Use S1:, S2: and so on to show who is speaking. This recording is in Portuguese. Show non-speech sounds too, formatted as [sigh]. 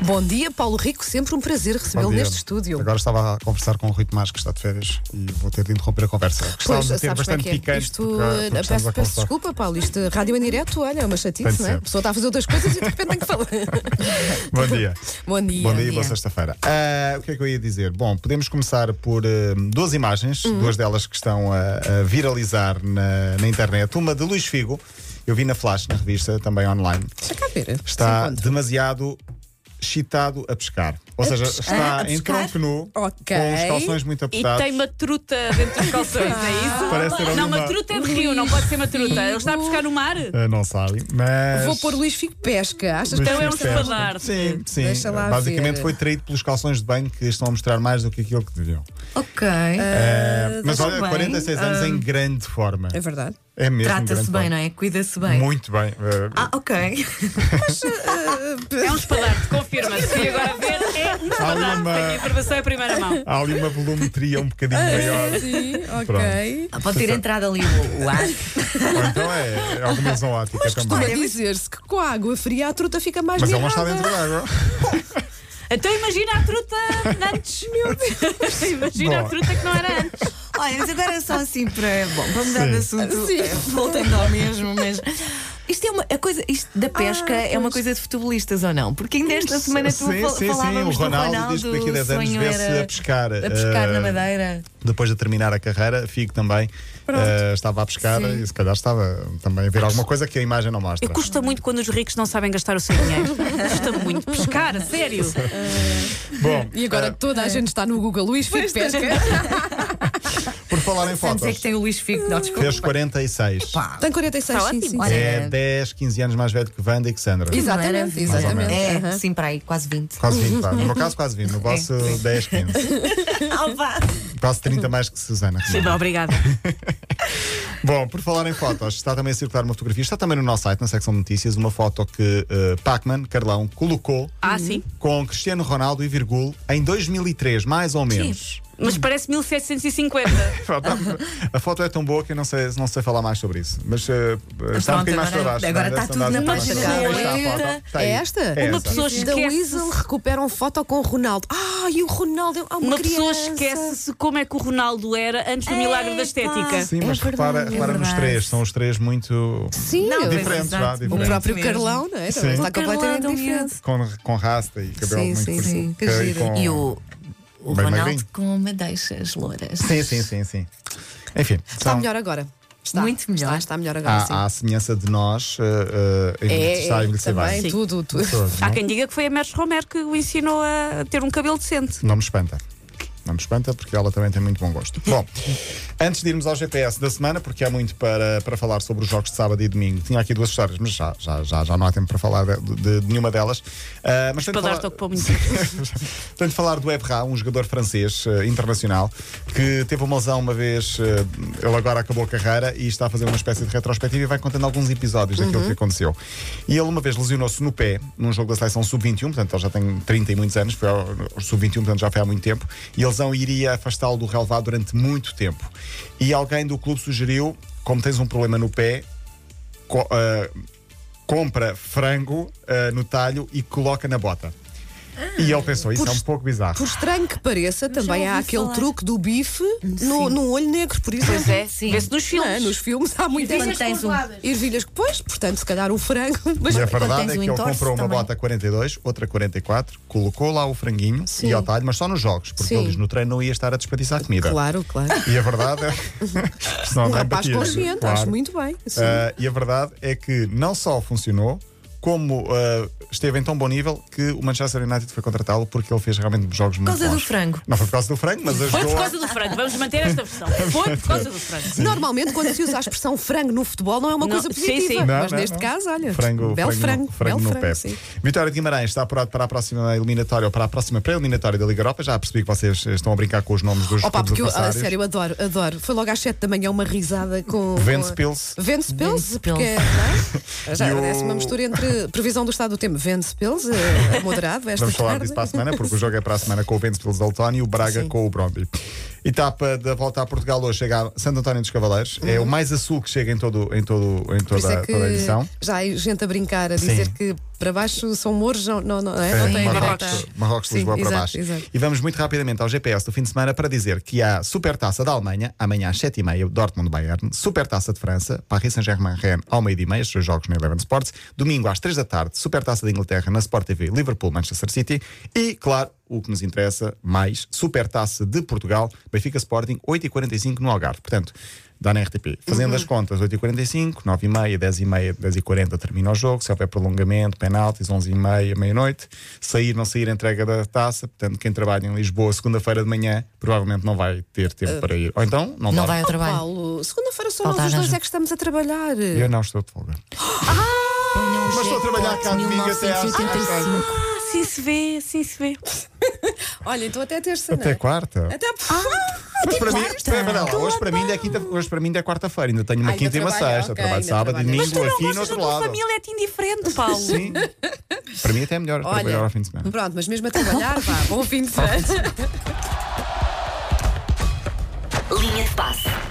S1: Bom dia, Paulo Rico. Sempre um prazer recebê-lo
S2: Bom dia.
S1: neste estúdio.
S2: Agora estava a conversar com o Rui Tomás, que está de férias, e vou ter de interromper a conversa. Gostava de ter
S1: sabes como é
S2: bastante
S1: que é?
S2: picante.
S1: Isto,
S2: porque,
S1: eh,
S2: porque estamos
S1: peço,
S2: a
S1: peço
S2: conversar.
S1: desculpa, Paulo. Isto, rádio em direto, olha, é uma
S2: Tem
S1: chatice,
S2: de
S1: não é? A
S2: ser.
S1: pessoa está a fazer outras coisas e de repente tem que
S2: [laughs]
S1: falar.
S2: Bom dia.
S1: [laughs] Bom dia.
S2: Bom dia e boa sexta-feira. Ah, o que é que eu ia dizer? Bom, podemos começar por eh, duas imagens,
S1: Uhum.
S2: duas delas que estão a, a viralizar na, na internet. Uma de Luís Figo, eu vi na Flash, na revista, também online.
S1: Deixa cá ver. se
S2: Está
S1: encontro.
S2: demasiado chitado a pescar. Ou seja, está
S3: Ah, a
S2: em
S3: pescar?
S2: tronco nu,
S1: Ok.
S2: com os calções muito
S3: E
S2: apertados.
S3: tem uma truta dentro dos calções, é
S2: [laughs]
S3: isso?
S2: Parece ser ali
S3: não,
S2: uma-
S3: uma truta é de rio, não pode ser uma truta. Ele está a buscar no mar? Então
S2: Ah, não sabe, mas.
S1: Vou pôr Luís Fico Pesca. Achas
S2: Luís
S1: que
S3: é um
S2: Figo Pesca.
S3: espadarte.
S2: Sim, sim.
S1: Deixa lá
S2: Basicamente
S1: ver.
S2: foi traído pelos calções de banho que estão a mostrar mais do que aquilo que deviam.
S4: Ok.
S2: É, mas
S4: tá
S2: olha,
S4: bem.
S2: 46 anos em grande forma.
S1: É verdade.
S2: É mesmo.
S4: Trata-se
S2: grande
S4: bem,
S2: forma.
S4: não é? Cuida-se bem.
S2: Muito bem. Eh,
S4: Ah,
S2: [laughs]
S4: ok.
S3: É um espadarte, confirma-se. E agora a ver, é um
S2: Há, ali
S3: espadarte. Tenho a
S2: uma,
S3: informação em primeira mão.
S2: há ali uma volumetria um bocadinho maior.
S1: Sim, ok.
S2: Pronto.
S4: Ah, Pode ter entrado ali o,
S2: [laughs]
S4: o ar.
S2: Ou então é, é alguma zoótica
S1: Costuma
S2: também.
S1: dizer-se que com a água fria a truta fica mais
S2: Mas ele não
S1: mirrada.
S2: está dentro
S4: [laughs]
S2: da água.
S3: Então imagina a truta antes. Meu
S2: [laughs]
S3: Deus. Imagina
S2: Bom.
S3: a truta que não era antes.
S4: Olha, mas agora é só assim para. Bom, vamos mudar de assunto.
S1: Sim.
S4: eh, Voltando ao mesmo, mas. Isto é uma a coisa, isto da pesca é uma coisa de futebolistas ou não? Porque ainda esta semana tu
S2: Ah, sim,
S4: fal-
S2: sim, sim. O
S4: falávamos
S2: Ronaldo,
S4: do Ronaldo
S2: diz que daqui a 10 anos
S4: sonho
S2: vê-se
S4: era
S2: a pescar.
S4: A pescar
S2: eh,
S4: na madeira.
S2: depois de terminar a carreira, Figo também eh, estava a pescar e se calhar estava também a ver alguma coisa que a imagem não mostra.
S3: Custa muito quando os ricos não sabem gastar o seu dinheiro. Custa muito pescar, a sério.
S2: Bom, eh,
S1: E agora toda
S2: É.
S1: a gente está no Google Luís Fico Pesca.
S2: por falar em
S4: Vamos dizer
S2: fotos,
S4: é que tem o Luís Fico, não, desculpa.
S2: fez 46.
S1: Tem 46,
S3: Está
S1: sim,
S3: ótimo.
S1: sim,
S4: Olha,
S1: sim.
S2: É 10, 15 anos mais velho que Wanda e que Sandra.
S4: Mais
S1: Exatamente,
S4: ou
S1: exatamente.
S4: menos. É,
S1: Aham.
S4: sim, para aí, quase
S2: [laughs]
S4: 20.
S2: Quase 20, vá. No meu caso, quase
S4: É.
S2: 20. No vosso, 10, 15. Ah,
S4: Alvá.
S2: Quase 30 mais que Susana.
S3: Sim, bom, obrigada.
S2: Bom, por falar em fotos, está também a circular uma fotografia, está também no nosso site, na secção de notícias, uma foto que eh, Pac-Man, Carlão, colocou
S3: Ah, sim.
S2: com Cristiano Ronaldo e Virgul em 2003, mais ou menos.
S3: Mas parece 1750.
S2: [laughs] tá, A foto é tão boa que eu não sei, não sei falar mais sobre isso. Mas eh, está um
S4: Pronto,
S2: bocadinho mais para
S4: agora-
S2: baixo.
S4: agora
S2: Deve-se
S4: está tudo
S2: andar
S4: na
S2: um bocadinho
S4: página
S2: mais para baixo.
S1: da
S2: Está a
S1: web.
S2: foto. Está aí.
S1: É esta?
S2: É
S3: Uma
S2: essa.
S3: pessoa
S1: Da
S3: esquece.
S1: Weasel recuperam foto com o Ronaldo. Ah, e o Ronaldo é uma,
S3: Uma pessoa
S1: criança.
S3: esquece-se como é que o Ronaldo era antes do milagre
S4: Epa.
S3: da estética.
S2: Sim,
S4: É
S2: mas
S4: verdade,
S2: repara,
S4: é
S2: repara nos
S4: verdade.
S2: três, são os três muito
S1: Sim,
S4: Não,
S1: o
S4: mas-
S2: diferentes,
S4: exato.
S2: vá,
S4: O
S2: diferentes.
S1: próprio
S4: Mesmo.
S1: Carlão, não é?
S2: Sim.
S1: Também
S4: O
S1: está completamente
S4: Carlão,
S1: diferente.
S2: com, com rasta e cabelo
S1: Sim,
S2: muito
S1: sim,
S2: curto.
S1: sim, que
S2: E
S1: giro.
S2: com-
S4: E o, o
S2: Bem
S4: Ronaldo
S2: magrinho.
S4: com madeixas louras.
S2: Sim, sim, sim, sim. Enfim,
S1: Está
S2: são-
S1: melhor agora. Está.
S4: Muito melhor.
S1: Está, está melhor agora, sim.
S2: há, há a semelhança de nós eh, eh,
S1: é,
S2: Ah, está a
S1: é,
S2: envelhecer
S1: também,
S2: bem.
S3: Sim.
S1: tudo, tudo.
S2: Todos,
S3: Há
S2: não?
S3: quem diga que foi a Mercedes Romero que o ensinou a ter um cabelo decente.
S2: Não me espanta. Não me espanta, porque ela também tem muito bom gosto. Bom, antes de irmos ao GPS da semana, porque há muito para, para falar sobre os jogos de sábado e domingo, tinha aqui duas histórias, mas já, já, já, já não há tempo para falar de, de- de nenhuma delas. Ah, mas tenho de
S3: Para dar
S2: falar,
S3: toque para o menino.
S2: [laughs] tenho de falar do Ebra, um jogador francês eh, internacional, que teve uma lesão uma vez, eh, ele agora acabou a carreira e está a fazer uma espécie de retrospectiva e vai contando alguns episódios daquilo que aconteceu. E ele uma vez lesionou-se no pé, num jogo da seleção sub-21, portanto ele já tem 30 e muitos anos, foi ao ao sub-21, portanto já foi há muito tempo, e a lesão iria afastá-lo do relevado durante muito tempo. E alguém do clube sugeriu, como tens um problema no pé, co- ah, compra frango ah, no talho e coloca na bota. E ele pensou, isso
S1: Por
S2: é um
S1: est-
S2: pouco bizarro.
S1: Por estranho que pareça, também
S4: já
S1: há
S4: ouvi
S1: aquele
S4: falar.
S1: truque do bife no, no olho negro, por exemplo.
S3: Pois é,
S4: Sim.
S3: vê-se nos
S1: Não é?
S3: filmes.
S1: Nos filmes há muitas
S4: Quando tens um,
S1: ervilhas que pois, portanto, se calhar o frango. Mas
S2: E a
S4: quando
S2: verdade
S4: tens o
S2: é
S1: um
S2: que ele
S4: entorse
S2: comprou uma
S4: também.
S2: bota 42, outra 44, colocou lá o franguinho e ao talho, mas só nos jogos, porque
S1: Sim.
S2: eles no treino não ia estar a desperdiçar comida.
S1: Claro, claro.
S2: E a verdade é. Senão
S1: Um
S2: nem
S1: rapaz
S2: batia.
S1: consciente,
S2: Claro.
S1: acho muito bem. Sim.
S2: Ah, e a verdade é que não só funcionou, como ah, esteve em tão bom nível que o Manchester United foi contratá-lo porque ele fez realmente jogos muito
S4: causa do
S2: bons.
S4: frango.
S2: Não foi por causa do frango, mas
S3: Foi
S2: ajudou.
S3: por causa do frango, vamos manter esta versão. Foi por causa do frango.
S1: Normalmente, quando se usa a expressão frango no futebol, não é uma
S3: Não,
S1: coisa
S3: sim,
S1: positiva. [laughs]
S3: sim.
S2: Não,
S1: mas
S2: não,
S1: neste
S2: não.
S1: caso, olha.
S2: Frango,
S1: belo frango.
S2: no, frango
S1: belo
S2: no
S1: frango,
S2: pé.
S1: sim.
S2: Vitória de Guimarães está apurado para a próxima eliminatória ou para a próxima pré-eliminatória da Liga Europa. Já percebi que vocês eh, estão a brincar com os nomes dos
S1: Opa,
S2: clubes
S1: porque eu, a
S2: adversários.
S1: sério, eu adoro, adoro. Foi logo às 7 da manhã uma risada
S2: [laughs]
S1: com.
S2: Ventspils.
S1: Vence Pils,
S4: Ventspils.
S1: porque
S2: [laughs]
S1: não é? já
S2: E o-
S1: parece uma mistura entre previsão do estado do tempo. Vence Pils, eh, moderado, esta
S2: Vamos falar
S1: tarde.
S2: disso para a semana, porque o jogo é para a semana com o Ventspils da Letónia e o Braga com o Brondby. Etapa da volta a Portugal hoje chega a Santo António dos Cavaleiros. É o mais azul que chega em, todo, em, todo, em
S1: Uhum. Por isso
S2: toda,
S1: é que
S2: toda a edição.
S1: já há gente a brincar, a dizer
S2: Sim.
S1: que para baixo são mouros, não, não, não, é? não
S2: É,
S1: tem
S2: Marrocos,
S1: direito a-
S2: Marrocos
S1: Sim,
S2: Lisboa para
S1: exato,
S2: baixo.
S1: exato.
S2: E vamos muito rapidamente ao GPS do fim de semana para dizer que há Supertaça da Alemanha, amanhã às 7h30, Dortmund-Bayern, Supertaça de França, Paris Saint-Germain-Rennes ao meio-dia e os seus jogos na Eleven Sports, domingo às 3 da tarde, Supertaça da Inglaterra na Sport TV, Liverpool-Manchester City e, claro, o que nos interessa mais, Supertaça de Portugal, Benfica Sporting, 8h45 no Algarve. Portanto, dá na RTP. Fazendo as contas, 8h45, 9h30, 10h30, 10h40 termina o jogo. Se houver prolongamento, penaltis, 11h30, meia-noite. Sair, não sair, entrega da taça. Portanto, quem trabalha em Lisboa, segunda-feira de manhã, provavelmente não vai ter tempo para ir. Ou então, não,
S4: é? Não
S2: dorme.
S4: vai ao trabalho.
S1: Paulo, segunda-feira só
S4: Falta
S1: nós os dois
S4: arranjo.
S1: é que estamos a trabalhar.
S2: Eu não estou de folga.
S4: Mas
S2: estou a trabalhar cá domingo até às- às-
S4: 1985.
S3: Ah, sim se vê, assim se vê.
S1: Olha, então até terça, não é?
S2: Até quarta.
S1: Até [laughs]
S2: Mas para mim,
S4: quarta?
S2: espera lá, hoje para mim ainda é quinta, hoje para mim ainda é quarta-feira, ainda tenho uma
S1: Ah, ainda
S2: quinta e uma
S1: trabalha,
S2: sexta,
S1: ok,
S2: trabalho
S1: ainda
S2: sábado e
S1: trabalha. Mas
S2: domingo
S3: Não
S2: aqui no
S3: gostas da
S2: outro
S3: tua
S2: lado.
S3: família, é-te indiferente, Paulo.
S2: Sim. Para mim até é melhor trabalhar ao fim de semana.
S1: Pronto, mas mesmo a trabalhar, vá, bom fim de semana.
S5: Linha de passe.